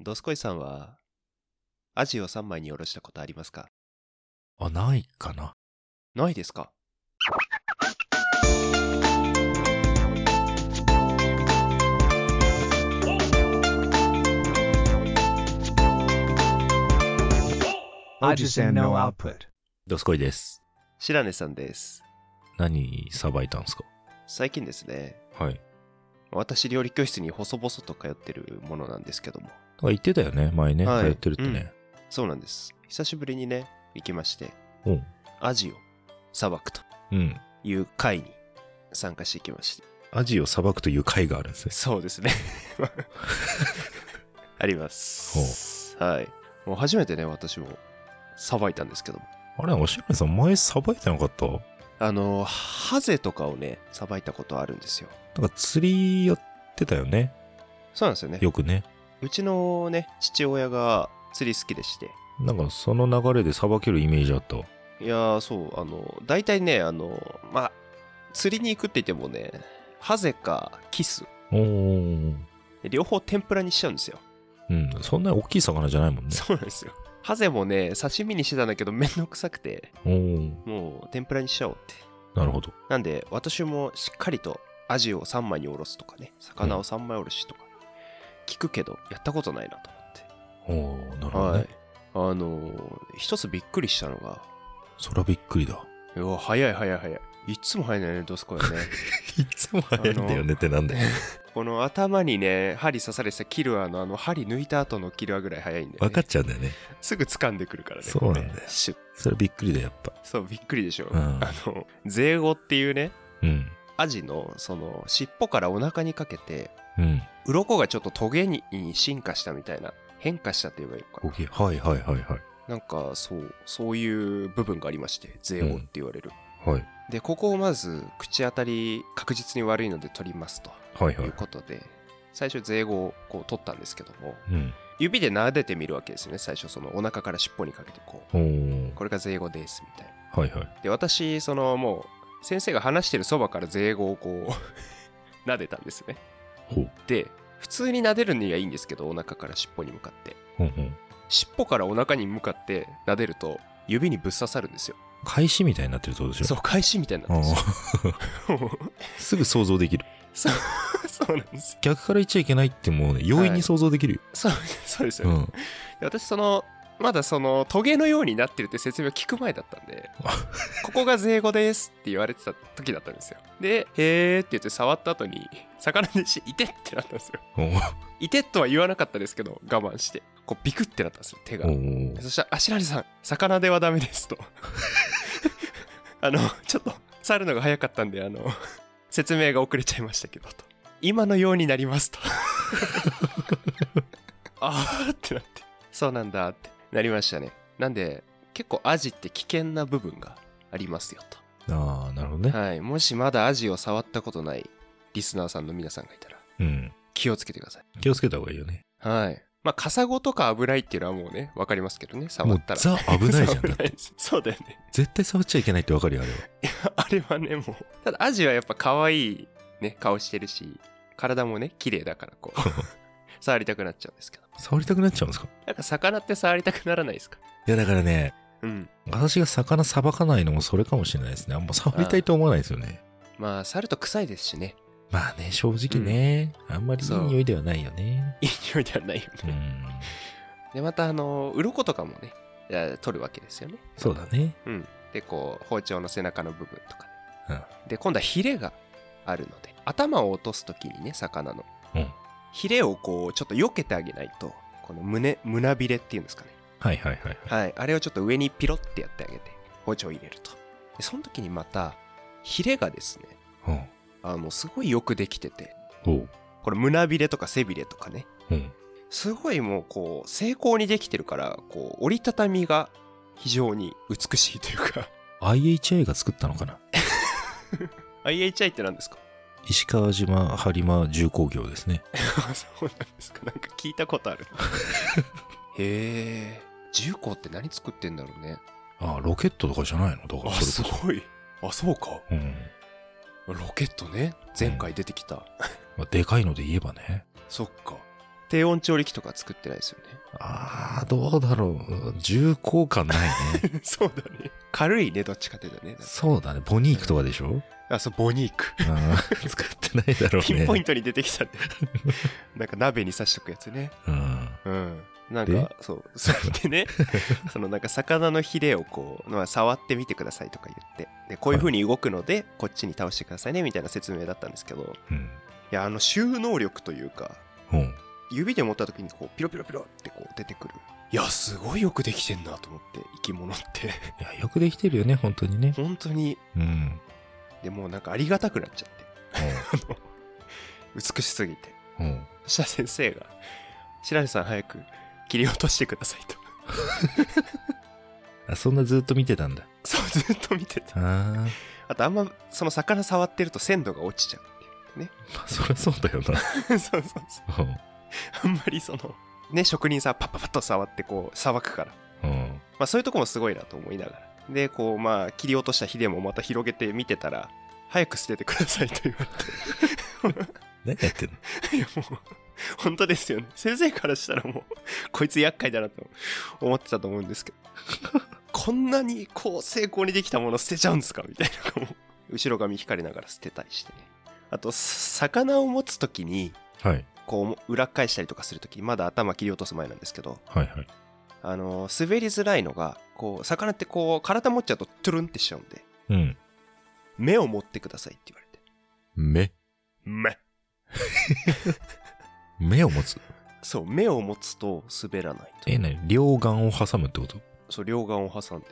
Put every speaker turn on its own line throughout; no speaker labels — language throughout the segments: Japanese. ドスコイさんは、アジを3枚におろしたことありますか
あ、ないかな。
ないですか
ア no output.
どすこいです。
白根さんです。
何さばいたんですか
最近ですね、
はい。
私料理教室に細々と通ってるものなんですけども。
あ言ってたよね、前ね。
はい
通ってるってね。
そうなんです。久しぶりにね、行きまして、
うん。
アジをさばくと
うん。
いう会に参加してきまして。
アジをさばくという会があるんですね。
そうですね。あります。はい。もう初めてね、私もさばいたんですけども。
あれ、おしろいさん、前さばいてなかった
あの、ハゼとかをね、さばいたことあるんですよ。
なんか釣りやってたよね。
そうなんですよね。
よくね。
うちのね、父親が釣り好きでして。
なんかその流れでさばけるイメージあった。
いやー、そう、あの、大体ね、あの、まあ、釣りに行くって言ってもね、ハゼかキス、
おー。
両方天ぷらにしちゃうんです よ。
うん。そんな大きい魚じゃないもんね。
そうなんですよ。ハゼもね、刺身にしてたんだけど、めんどくさくて、
おー。
もう天ぷらにしちゃおうって。
なるほど。
なんで、私もしっかりとアジを3枚におろすとかね、魚を3枚おろしとか、聞くけど、やったことないなと思って。
おー。なるほど、ね。
はい。あのー一つびっくりしたのが、
そらびっくりだ。
うわ、早い早い早い。いっつも早いんだよね、ドスコイ はね。
いつも
早いんだよね
ってなんだよ。
この頭にね、針刺されてたキルアのあの針抜いた後のキルアぐらい早いんだよ、ね。
ちゃうんだよね。
すぐ掴んでくるからね。
そうなんだよ
シュッ
それびっくりだ、やっぱ。
そう、びっくりでしょ。
うん
あの、ゼーゴっていうね、
うん。
アジのその尻尾からお腹にかけて、
うん。
鱗がちょっとトゲに進化したみたいな、変化したと言えばいいのか
大
な。
きい。はいはいはいは
なんかそう、そういう部分がありまして、ゼーゴって言われる。
い。はい。
で、ここをまず口当たり確実に悪いので取りますと
はい
い
は
う
い。
ことで、最初ゼーゴをこう取ったんですけども、
うん。
指で撫でてみるわけですね最初そのお腹から尻尾にかけてこ
おー
う。これが税語ですみたい
はいはい。
なで私そのもう先生が話してるそばから税語をこう 撫でたんですね
ほう。
で普通に撫でるにはいいんですけどお腹から尻尾に向かって
ほんほん。
尻尾からお腹に向かって撫でると指にぶっ刺さるんですよ
返しみたいになってるってことでしょ
そう返しみたいにな
あ
ってるん
ー
ですよ
すぐ想像できる。
そう そうなんですよ
逆から言っちゃいけないってもうね、容易に想像できるよ。
そうそうですよ、ね
うん。
で私そのまだそのトゲのようになってるって説明を聞く前だったんでここが税語ですって言われてた時だったんですよでへーって言って触った後に魚にしていてってなったんですよ
おー
いてとは言わなかったですけど我慢してこうビクってなったんですよ手が
おー
そしたら「あしらりさん魚ではダメです」と あのちょっと去るのが早かったんであの説明が遅れちゃいましたけどと今のようになりますと あーってなってそうなんだってなりましたねなんで結構アジって危険な部分がありますよ
あー、なるほど
と、
ね。
はい、もしまだアジを触ったことないリスナーさんの皆さんがいたら
うん。
気をつけてください
気をつけた方がいいよね。
はいまあカサゴとか危ないっていうのはもうね分かりますけどね触
も
っ
う
たら
ザ危 ないじゃん。だっ
危
て
ないですそうだよね。
絶対触っちゃいけないってわかるよ、あれは。
あれはね、もう。ただ、アジはやっぱ可愛いね、顔してるし、体もね、綺麗だから、こう、 触りたくなっちゃうんですけど。
触りたくなっちゃうんですか
なんか、魚って触りたくならないですか
いや、だからね、
うん。
私が魚さばかないのもそれかもしれないですね。あんま触りたいと思わないですよね。
まあ、触ると臭いですしね。
まあね、正直ね、あんまりいい
そう
匂いではないよね。
いい匂いではないよ
う
ね。
ん。
で、また、あの、鱗とかもね、いや取るわけですよね。
そうだね。
うん。で、こう、包丁の背中の部分とかね。
うん。
で、今度はヒレがあるので、頭を落とすときにね、魚の。
うん
ヒレをこう、ちょっと避けてあげないと、この胸、胸びれっていうんですかね。
はいはいはい。
はい、あれをちょっと上にピロってやってあげて包丁を入れるとでその時にまたヒレがですね
はい。
あのすごいよくできてて
うん。おう。
これ胸びれとか背びれとかね
うん。
すごいもうこう精巧にできてるからこう折りたたみが非常に美しいというか
IHI が作ったのかな
IHI って何ですか
石川島播磨重工業ですね。
そうなんですかなんか聞いたことある へえ重工って何作ってんだろうね
ああ、ロケットとかじゃないのだからそれこ
ごいあそうか
そ。うん。
ロケットね前回出てきた、
まあ、でかいので言えばね。
そっか。低温調理器とか作ってないですよ
ああ、どうだろう。重厚感ないね。
ね そうだね軽いねどっちかというとね
そうだね。ボニークとかでしょ
あそうボニーク
うん 使ってないだろうね。
ピンポイン
ト。
トに出てき たねなんか鍋に刺しとくやつね
うん。
うんなん
で
かそうそうやってね そのなんか魚のヒレをこう、まあ、触ってみてくださいとか言ってでこういう風に動くのでこっちに倒してくださいねみたいな説明だったんですけど
うん。
いやあの収納力というか
うん。
指で持った時にこうピロピロピロってこう出てくるいやすごいよくできてんなと思って生き物って
いや、よくできてるよね、本当にね。
本当に
うん。
でもうなんかありがたくなっちゃって美しすぎて
うん。うん
そしたら先生が「白根さん早く切り落としてください」と
あそんなずっと見てたんだ。
そうずっと見てて
あ
あとあんまその魚触ってると鮮度が落ちちゃう っていうね
あ。まあ、そりゃそうだよな。
そうそうそう
うん
あんまりそのね職人さんパッパッパッと触ってこうさばくから
うん。
まあそういうとこもすごいなと思いながら。で、こうまあ切り落としたヒレもまた広げて見てたら、早く捨ててくださいと言わ
何やってんの
れて、いやもう、 本当ですよね。先生からしたらもう、こいつ厄介だなと思ってたと思うんですけど、 こんなにこう成功にできたもの捨てちゃうんですかみたいなのもう、後ろ髪光りながら捨てたりしてね。あと、魚を持つときに、
はい。
こう裏返したりとかするとき、まだ頭切り落とす前なんですけど、
はいはい。
あの、滑りづらいのが、こう、魚ってこう、体持っちゃうとトゥルンってしちゃうんで、
うん。
目を持ってくださいって言われて。
目。
目
目を持つ。
そう、目を持つと滑らないと。
え、何両眼を挟むってこと
そう、両眼を挟んで。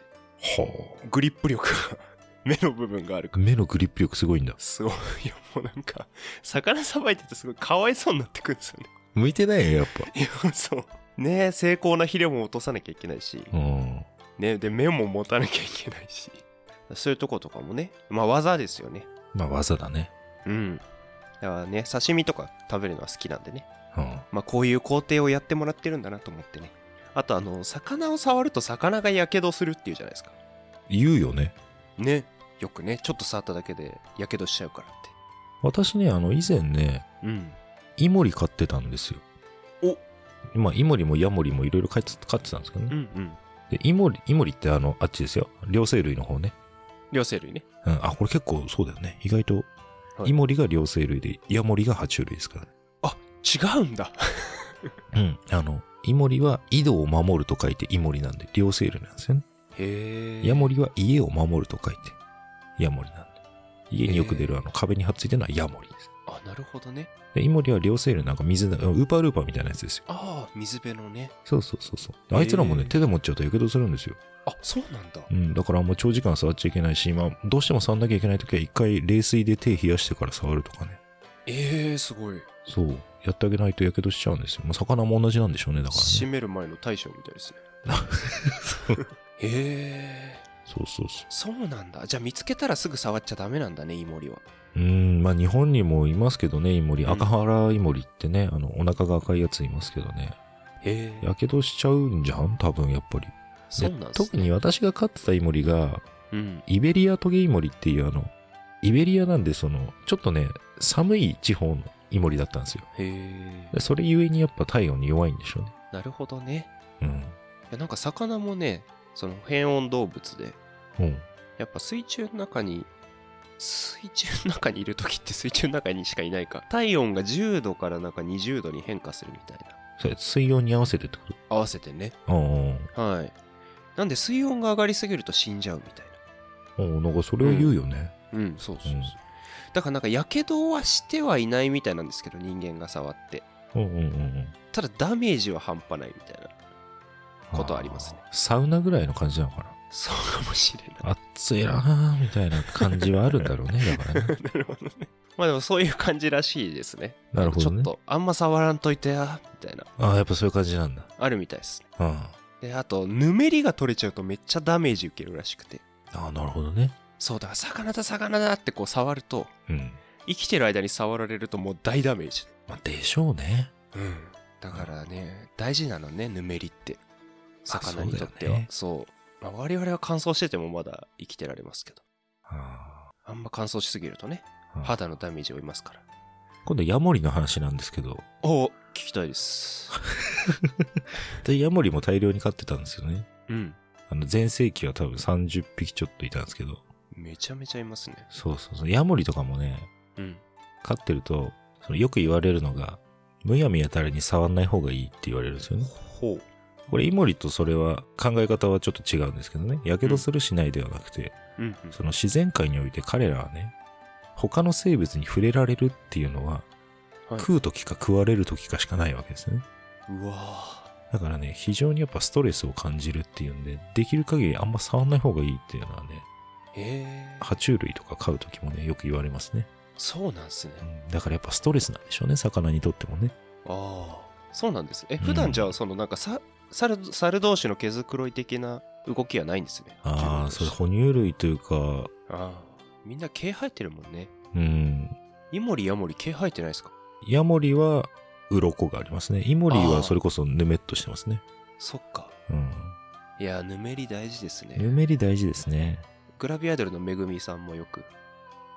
は
グリップ力が、 目の部分がある
あ。
から。
目のグリップ力すごいんだ。
すごい。いや、もうなんか、魚さばいててすごいかわいそうになってくるんですよね。
向いてないよ、やっぱ。
いや、そう。ねえ、精巧なヒレも落とさなきゃいけないし、
うん。
ねで、目も持たなきゃいけないし。そういうとことかもね。まあ、技ですよね。
まあ、技だね。
うん。だからね、刺身とか食べるのは好きなんでね。
うん。
まあ、こういう工程をやってもらってるんだなと思ってね。あと、あの、魚を触ると魚がやけどするっていうじゃないですか。
言うよね。
ね。よくね、ちょっと触っただけでやけどしちゃうからっ
私ね、あの、以前ね、
て。うん。
イモリ飼ってたんですよ。まあ、イモリもヤモリもいろいろ飼って飼ってたんですけど
う
ね。
んうん。
で、イモリ、イモリってあの、あっちですよ。両生類の方ね。
両生類ね。
うん。あ、これ結構そうだよね。意外と、
はい
イモリが両生類で、ヤモリが爬虫類ですからね。
あ、違うんだ。
うん。あの、イモリは井戸を守ると書いてイモリなんで、両生類なんですよね。
へえ。
ヤモリは家を守ると書いて、ヤモリなんで。家によく出るあの壁に貼っついてるのはヤモリです。
あ、なるほどね。
で、イモリは両生類なんか水な、ウーパールーパーみたいなやつですよ。
ああ、水辺のね。
そうそうそうそう。あいつらも
へ
ね、
ー
手で持っちゃうとやけどするんですよ。
あ、そうなんだ。
うん、だからあんま長時間触っちゃいけないし、まあ、どうしても触んなきゃいけないときは一回冷水で手冷やしてから触るとかね。
ええ、すごい。
そう。やってあげないとやけどしちゃうんですよ。まあ、魚も同じなんでしょうね、だから
閉
ね。
める前の大将みたい ですね。へえ。
そうそうそ
そうなんだ。じゃあ見つけたらすぐ触っちゃダメなんだね、イモリは。
う。うん、まあ日本にもいますけどね、イモリ。
うん
赤原イモリってね、あの、お腹が赤いやついますけどね。
へえ。
やけどしちゃうんじゃん多分やっぱり。
そうなんですね
特に私が飼ってたイモリが、
うん。
イベリアトゲイモリっていうあの、イベリアなんでその、ちょっとね、寒い地方のイモリだったんですよ。
へえ
で。それゆえにやっぱ体温に弱いんでしょうね。
なるほどね。
うん。
いやなんか魚もね、その変温動物で、
うん。
やっぱ水中の中に、水中の中にいる時って水中の中にしかいないか。体温が10度からなんか20度に変化するみたいな。
それ水温に合わせてってこ
合わせてね。
とうん
はい。なんで水温が上がりすぎると死んじゃうみたい
うん。うん、なんかそれを言うよね。
な。うん、そうそうそう。
うん
だからなんかやけどはしてはいないみたいなんですけど、人間が触って。
うんうんうんうん。
ただダメージは半端ないみたいな。ことありますね
あーサウナぐらいの感じなのか
そうかもしれない。
な。暑いなーみたいな感じはあるんだろうね。だからね。
なるほどね。まあでもそういう感じらしいですね。
なるほどね
ちょっとあんま触らんといてや、みたいな。
ああ、やっぱそういう感じなんだ。
あるみたいですね。
うん。あ
で、あと、ぬめりが取れちゃうとめっちゃダメージ受けるらしくて。
あ、なるほどね。
そうだ、魚だ魚だってこう触ると、
うん。
生きてる間に触られるともう大ダメージ。
まあ、でしょうね。
うん。だからね、大事なのね、ぬめりって。魚
そう
に
だ
と
よ
っては
ね。
そう。まあ我々は乾燥しててもまだ生きてられますけど。
あ
あんま乾燥しすぎるとね、
あ。
肌のダメージを負いますから。
今度ヤモリの話なんですけど、
おお、
聞きたいです。
で、ヤモリも大量に飼ってたんですよね。
うん。
あの、前世紀は多分30匹ちょっといたんですけど。
めちゃめちゃいますね。
そうそうそう。ヤモリとかもね、
うん。
飼ってると、そのよく言われるのが、むやみやたらに触んない方がいいって言われるんですよね。
ほう。
これ、イモリとそれは考え方はちょっと違うんですけどね。やけどするしないではなくて、
うんうん。
その自然界において彼らはね、他の生物に触れられるっていうのは、
はい
食う時か食われる時かしかないわけですね。
うわ
だからね、非常にやっぱストレスを感じるっていうんで、できる限りあんま触んない方がいいっていうのはね、
ーへえ。
爬虫類とか飼う時もね、よく言われますね。
そうなんですね。
うんだからやっぱストレスなんでしょうね、魚にとってもね。
ああ。そうなんです。え、
ん
普段じゃあ、そのなんかさ、猿、猿同士の毛づくろい的な動きはないんですね。
ああ、
自
そ
分
れ
同士
哺乳類というか、
ああ。みんな毛生えてるもんね。
うん、
イモリヤモリ毛生えてないですか
ヤモリは鱗がありますね。イモリ
あー
はそれこそぬめっとしてますね。
そっか。
うん。
いやー、ぬめり大事ですね。
ぬめり大事ですね。
グラビアイドルのめぐみさんもよく、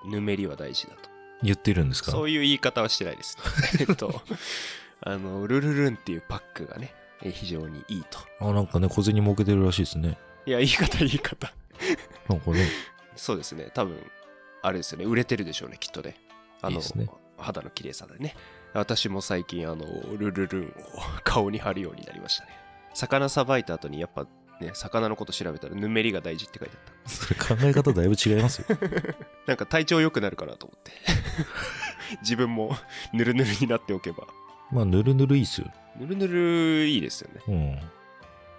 ぬめりは大事だと。
言ってるんですか
そういう言い方はしてない です。えっと、あの、ルルルンっていうパックがね、え非常にいいと。
あ、なんかね、小銭儲けてるらしいですね。
いや、言い方、言い方。
なんかね、
そうですね、多分、あれですよね、売れてるでしょうね、きっとね。あの、
いいですね
肌の綺麗さでね。私も最近、あの、ルルルンを顔に貼るようになりましたね。魚さばいた後に、やっぱ、ね、魚のこと調べたら、ぬめりが大事って書いてあった。
それ考え方だいぶ違いますよ。
なんか体調良くなるかなと思って。 自分もぬるぬるになっておけば。
まあ、ぬるぬるいいっすよ。
ぬるぬるいいですよね。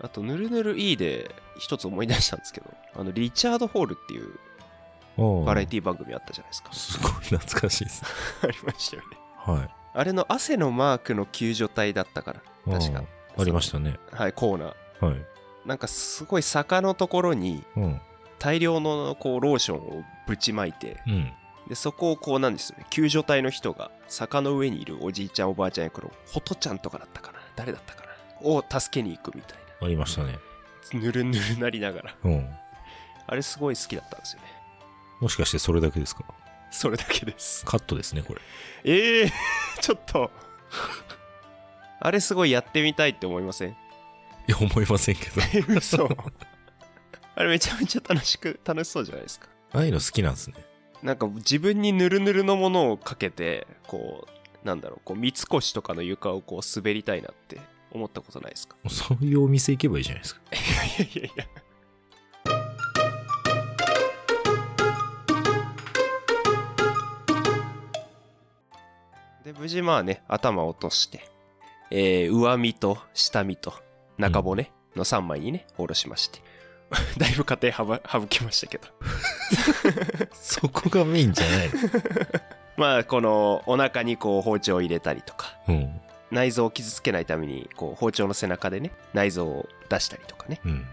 うん。
あと、ぬるぬるいいで一つ思い出したんですけど、あの、リチャード・ホールっていうバラエ
ィ
ティ番組あったじゃないですか。
すごい懐かしいです。
ありましたよね。
は
あれの汗のマークの救助隊だったから、
い。
確か。
うんありましたね。
はい、コーナー。
はい。
なんかすごい坂のところに
うん。
大量のこうローションをぶちまいて、
うん。
でそこをこうなんですよね救助隊の人が坂の上にいるおじいちゃんおばあちゃんやこのホトちゃんとかだったかな誰だったかなを助けに行くみたい
ありましたね。
なぬるぬるなりながら
うん。
あれすごい好きだったんですよね
もしかしてそれだけですか
それだけです
カットですね、これ。
ええー、ちょっとあれすごいやってみたいって思いません
いや、思いませんけど。
え 嘘あれめちゃめちゃ楽しく楽しそうじゃないですか
ああいうの好きなんですね。
なんか自分にぬるぬるのものをかけてこうなんだろうこう三越とかの床をこう滑りたいなって思ったことないですか
そういうお店行けばいいじゃないですか。
いやいやい やで無事まあね頭を落として、えー上身と下身と中骨の3枚にね下ろしまして だいぶ過程省省きましたけど
そこがメインじゃない
まあこのお腹にこう包丁を入れたりとか
の。
内臓を傷つけないためにこう包丁の背中でね内臓を出したりとかね
うん。うん。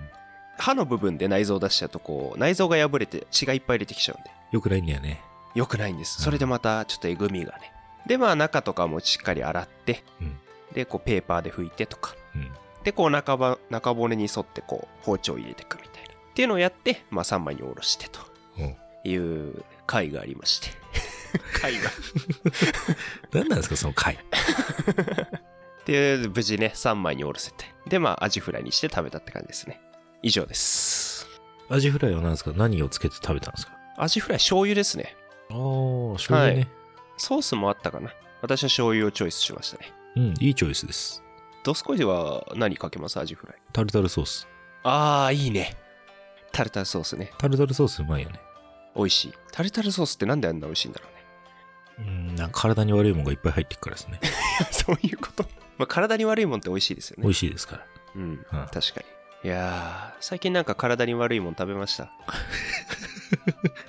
歯の部分で内臓を出しちゃうとこう内臓が破れて血がいっぱい出てきちゃうんで
よくないんだよね。
良くないんですそれでまたちょっとえぐみがねでまあ中とかもしっかり洗って、
うん
でこうペーパーで拭いてとか
うん。
でこう中ば中骨に沿ってこう包丁を入れていくみたいなっていうのをやって、まあ、3枚におろしてと
うん
いう回がありまして 回が
何なんですか、その回。
で無事ね3枚におろせてでまあアジフライにして食べたって感じですね以上です
アジフライは何ですか何をつけて食べたんですか
アジフライ醤油ですね
ああ、醤油ね、
ソースもあったかな私は醤油をチョイスしましたね
うん、いいチョイスです。
ドスコイでは何かけますアジフライ
タルタルソース。
あーいいねタルタルソースね
タルタルソースうまいよね。
美味しいタルタルソースってなんであんな美味しいんだろうね
うん、なんか体に悪いもんがいっぱい入ってくからですね。
そういうこと、まあ、体に悪いもんって美味しいですよね
美味しいですから。
うん
うん
確かにいやー最近なんか体に悪いもん食べました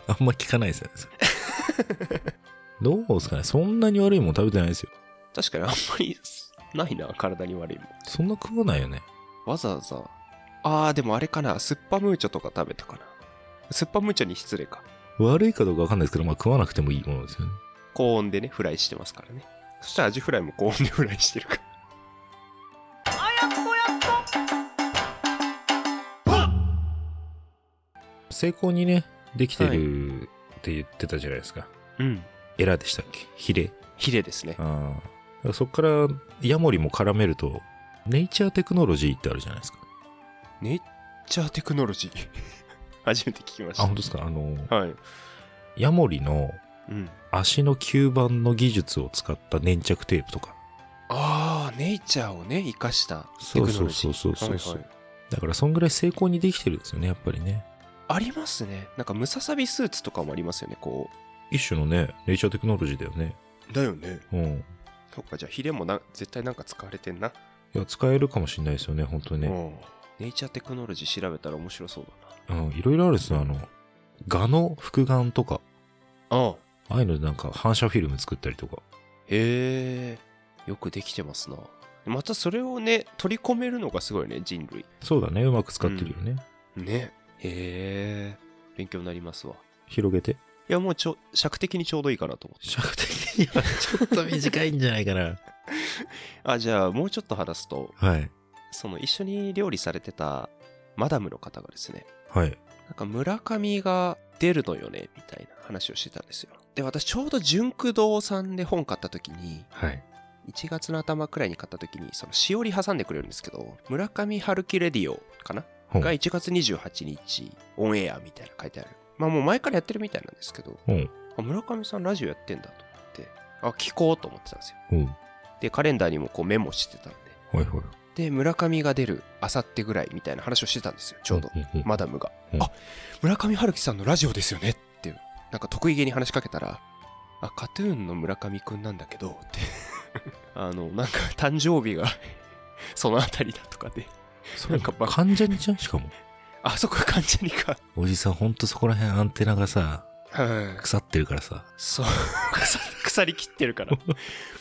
あんま聞かないです よね。それどうですかねそんなに悪いもん食べてないですよ。
確かにあんまりないな体に悪いもん
そんな食わないよね。
わざわざ。あー、でもあれかな。スッパムーチョとか食べたかな。スッパムーチョに失礼か。
悪いかどうかわかんないですけど、まあ食わなくてもいいものですよね。
高温でね、フライしてますからね。そしたらアジフライも高温でフライしてるから。
成功にね、できてるって言ってたじゃないですか。
うん。
エラでしたっけヒレ。
ヒレですね。
ああ。からそこからヤモリも絡めると、ネイチャーテクノロジーってあるじゃないですか。
ネイチャーテクノロジー。 初めて聞きまし
あ、本当
た。
ですか。あの、
はい。
ヤモリの
うん。
足の吸盤の技術を使った粘着テープとか。
ああ、ネイチャーをね、生かしたテ
そう
クノ
そ
ロ
う
ジ
そ
ー。
うそうそう、
はいはい
だから、そんぐらい成功にできてるんですよね、やっぱりね。
ありますね。なんかムササビスーツとかもありますよね、こ
一種のね、ネイチャーテクノロジーだよね。
う。だよね。
うん。
そっか、じゃあヒレもな絶対なんか使われてんな。
いや、使えるかもしれないですよね、本当にね。
うん。ネイチャーテクノロジー調べたら面白そうだな。
うん、いろいろあるんですよ。あの、蛾の複眼とか、
あ
ああいうのでなんか反射フィルム作ったりとか。
へえ。よくできてますな。またそれをね、取り込めるのがすごいね、人類。
そうだね、うまく使ってるよね。
ね。へえ。勉強になりますわ。
広げて。
いや、もうちょ、尺的にちょうどいいかなと思って。
尺的にはちょっと短いんじゃないかな。
あ、じゃあ、もうちょっと話すと、
はい。
その一緒に料理されてたマダムの方がですね、
はい。
なんか村上が出るのよね、みたいな話をしてたんですよ。で、私ちょうど純駆堂さんで本買った時に、
はい。
1月の頭くらいに買った時に、そのしおり挟んでくれるんですけど、村上春樹レディオかな
ほ
が
う。
1月28日オンエアみたいな書いてある。まあもう前からやってるみたいなんですけど、
うん。
あ、村上さんラジオやってんだと思って、あ、聞こうと思ってたんですよ。
うん。
で、カレンダーにもこうメモしてたんで。
はいはい。
で、村上が出るあさってぐらいみたいな話をしてたんですよ、ちょうど。
んんん
マダムが、
うん
あ村上春樹さんのラジオですよねっていうなんか得意げに話しかけたら「あカトゥーンの村上くんなんだけど」って あのなんか誕生日が そのあたりだとかで
それ
なんかバカ
患者にじゃんしかも。
あそこは患者にか
おじさん、ほんとそこら辺アンテナがさ、
うん
腐ってるからさ。
そう腐腐りきってる からも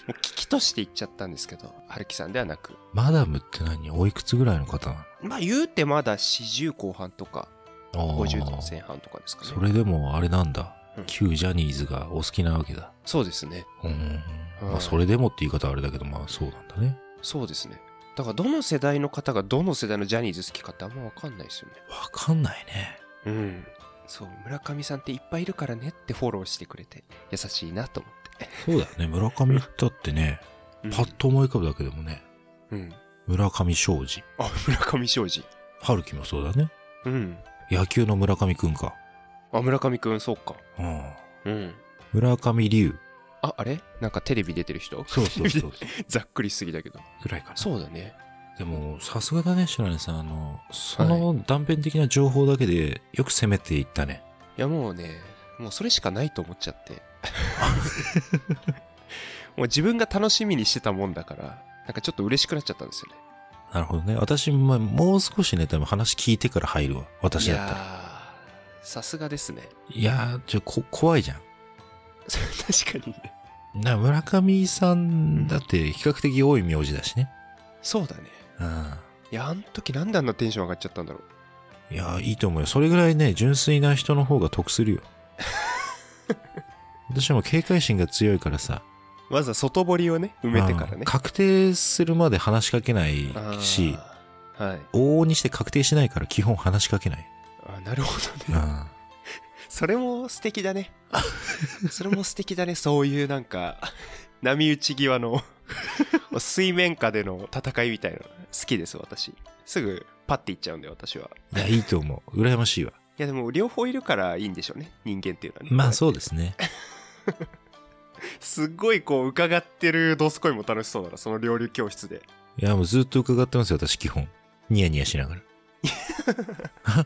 う危機として言っちゃったんですけど春樹さんではなく
マダムって何おいくつぐらいの方な
まあ言うてまだ40後半とか
のあー
50前半とかですかね
それでもあれなんだ
うん。
旧ジャニーズがお好きなわけだ。
そうですね
うん。ま
は
あ、
い
それでもって言い方はあれだけど、まあ、そうなんだね。
そうですねだからどの世代の方がどの世代のジャニーズ好きかってあんま分かんないですよね
わかんないね。
うんそう村上さんっていっぱいいるからねってフォローしてくれて優しいなと思って
そうだよね。村上だってね、パッと思い浮かぶだけでもね、
うん
村上昌司。
あ村上庄司
春樹もそうだね。
うん
野球の村上くんか。
あ村上くんそうか
うん。
うん
村上龍。
ああれなんかテレビ出てる人
そうそうそう
ざっくりしすぎだけど
ぐらいかな。
そうだね
でも、さすがだね、白根さん。あの、その断片的な情報だけで、よく攻めていったね。
いやもうねもうそれしかないと思っちゃって もう自分が楽しみにしてたもんだからなんかちょっと嬉しくなっちゃったんですよね
なるほどね。私、まあもう少しね、多分話聞いてから入るわ。
い
私だ
や
ったら。
ーさすがですね
いやー、ちょ、こ、怖いじゃん。
確かにね
な村上さんだって比較的多い名字だしね。
そうだね
うん。
いやあの時なんであんなテンション上がっちゃったんだろう
いやー、いいと思うよ。それぐらいね、純粋な人の方が得す るよ。私はもう警戒心が強いからさ、
わざ外堀をね埋めてから
うん
ね
確定するまで話しかけない
あー
し、
はい
往々にして確定しないから基本話しかけない。
あなるほ
う
どね
ん
それも素敵だね それも素敵だねそういうなんか波打ち際の水面下での戦いみたいなの好きです私すぐパッていっちゃうんだよ私はい
や、いいと思う。羨ましいわ。
いやでも両方いるからいいんでしょうね人間っていうのはね
まあそうですね。
すっごいこう伺ってるドスコイも楽しそうだなその料理教室で
いや、もうずっと伺ってますよ、私基本。ニヤニヤしながら。ああ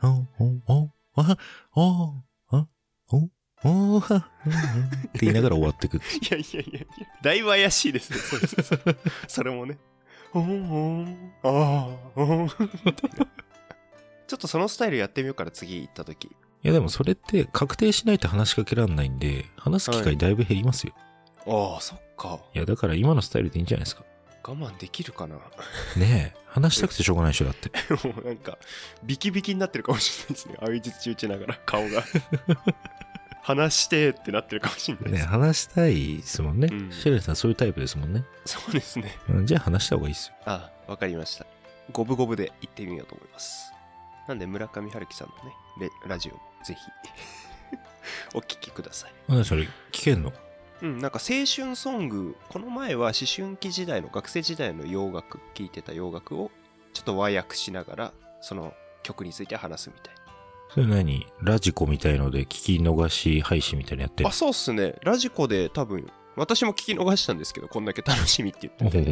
あああああおおはうんって言いながら終わってくっていう
いやいやいやいや、だいぶ怪しいですね、それそれそれもね。おんおん、ああ、おん、みたいな。ちょっとそのスタイルやってみようから次行った時。
いやでもそれって確定しないと話しかけらんないんで、話す機会だいぶ減りますよ。
ああ、そっか。
い、やだから今のスタイルでいいんじゃないですか。
我慢できるかな。も
ねえ、話したくてしょうがないでしょ、だって。
うなんか、ビキビキになってるかもしれないですね。相づち打ちながら、顔が。話してってなってるかもしれないで
ね
す。
話したいですもんね
うん。
シェレンさんそういうタイプですもんね。
そうですね。
うんじゃあ話した方がいいですよ。
ああ、わかりました。五分五分で行ってみようと思います。なんで、村上春樹さんのね、 レラジオ、ぜひ、お聞きください。
あ、それ、聞けんの
うん、なんか青春ソングこの前は思春期時代の学生時代の洋楽聴いてた洋楽をちょっと和訳しながらその曲について話すみたい
それ何ラジコみたいので聞き逃し配信みたいなのやって
な
る
あそうっすねラジコで多分私も聞き逃したんですけどこんだけ楽しみって言 ってて、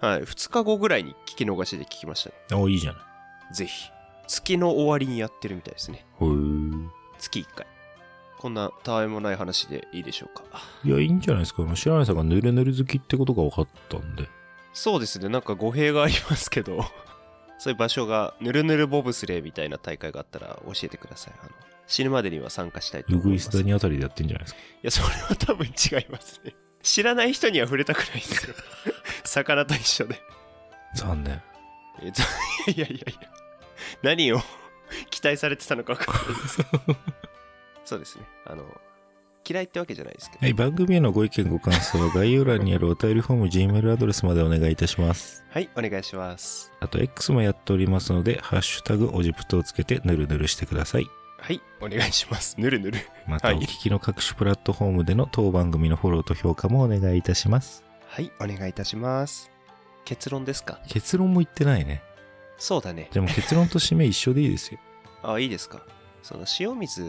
はい、2日後ぐらいに聞き逃しで聞きましたね
おおいいじゃない。
ぜひ月の終わりにやってるみたいですね
ほー
月1回こんなたわいもない話でいいでしょうか
いや、いいんじゃないですか。白根さんがヌルヌル好きってことが分かったんで。
そうですねなんか語弊がありますけど そういう場所がぬるぬるボブスレーみたいな大会があったら教えてくださいあの死ぬまでには参加したいと
ウ
思い
グ
ま
イ
す
ス谷
い
あたりでやってんじゃないですか。
やそれは多分違いますね知らない人には触れたくないんですよ 魚と一緒で
残念。
えざいやいやいや何を 期待されてたのか分かんない ですけどそうですねあの嫌いってわけじゃないですけど
はい、番組へのご意見ご感想は概要欄にあるお便りフォーム、Gmail アドレスまでお願いいたします。
はいお願いします
あと、X もやっておりますので、ハッシュタグ、オジプトをつけて、ぬるぬるしてください。
はいお願いしますぬるぬる
また、
はい
お聞きの各種プラットフォームでの当番組のフォローと評価もお願いいたします。
はいお願いいたします結論ですか
結論も言ってないね。
そうだね
じゃあもう結論と締め一緒でいいですよ。
あいいですかその塩水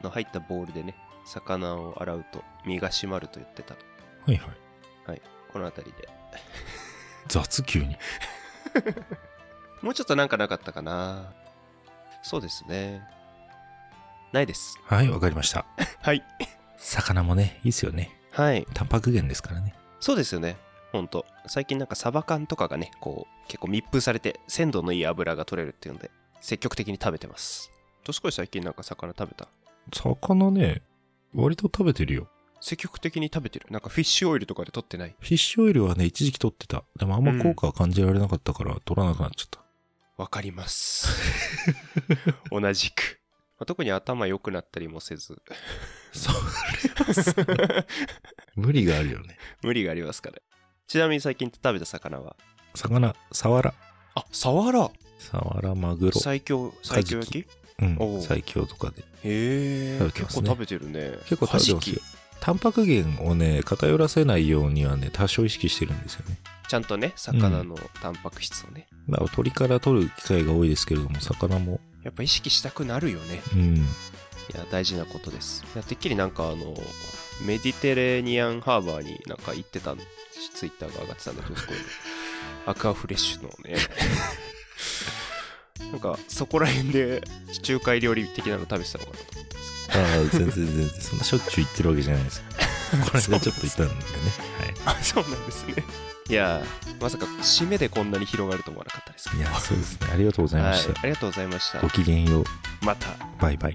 の入ったボールでね魚を洗うと身が締まると言ってた
はいはい。
この辺りで
雑急に。
もうちょっとなんかなかったかなそうですねないです
はい、わかりました。
はい
魚もね、いいですよね。
はい
タンパク源ですからね。
そうですよねほんと最近なんかサバ缶とかがねこう結構密封されて鮮度のいい油が取れるっていうので積極的に食べてますと少し最近なんか魚食べた
魚ね、割と食べてるよ。
積極的に食べてるなんかフィッシュオイルとかで取ってない
フィッシュオイルはね、一時期取ってた。でもあんま効果は感じられなかったから、取らなくなっちゃった。
わかり ます。同じく。まあ特に頭良くなったりもせず。
それ無理があるよね。
無理がありますから。ちなみに最近食べた魚は
魚、サワラ。
あ、サワラ
サワラ、マグロ。
最強、最強焼きへ
うん
お、う
最強とかで。
え、
食べてま
結
す
構
ね
食べてるね。
結構食べてますよ
はじ。
タンパク源をね、偏らせないようにはね、多少意識してるんですよね。
きちゃんとね、魚のタンパク質をね。
だから鳥から取る機会が多いですけれども、魚も、
やっぱ意識したくなるよね。
うん、
いや、大事なことです。いやてっきりなんかあの、メディテレーニアンハーバーになんか行ってたんツイッターが上がってたんだけど、 そこにアクアフレッシュのね、 なんかそこら辺で地中海料理的なの食べてたのかなと思ったんです
ああ、全然全然、そんなしょっちゅう行ってるわけじゃない です。これ間ちょっと行ったんでね。
けど、あ、そうなんですね。いや、まさか締めでこんなに広がると思わなかったですけ
はい。
ど。
いや、そうですね。ありがとうございま
はい
した。、
ありがとうございました
ご。きげんよう。
また。
バイバイ。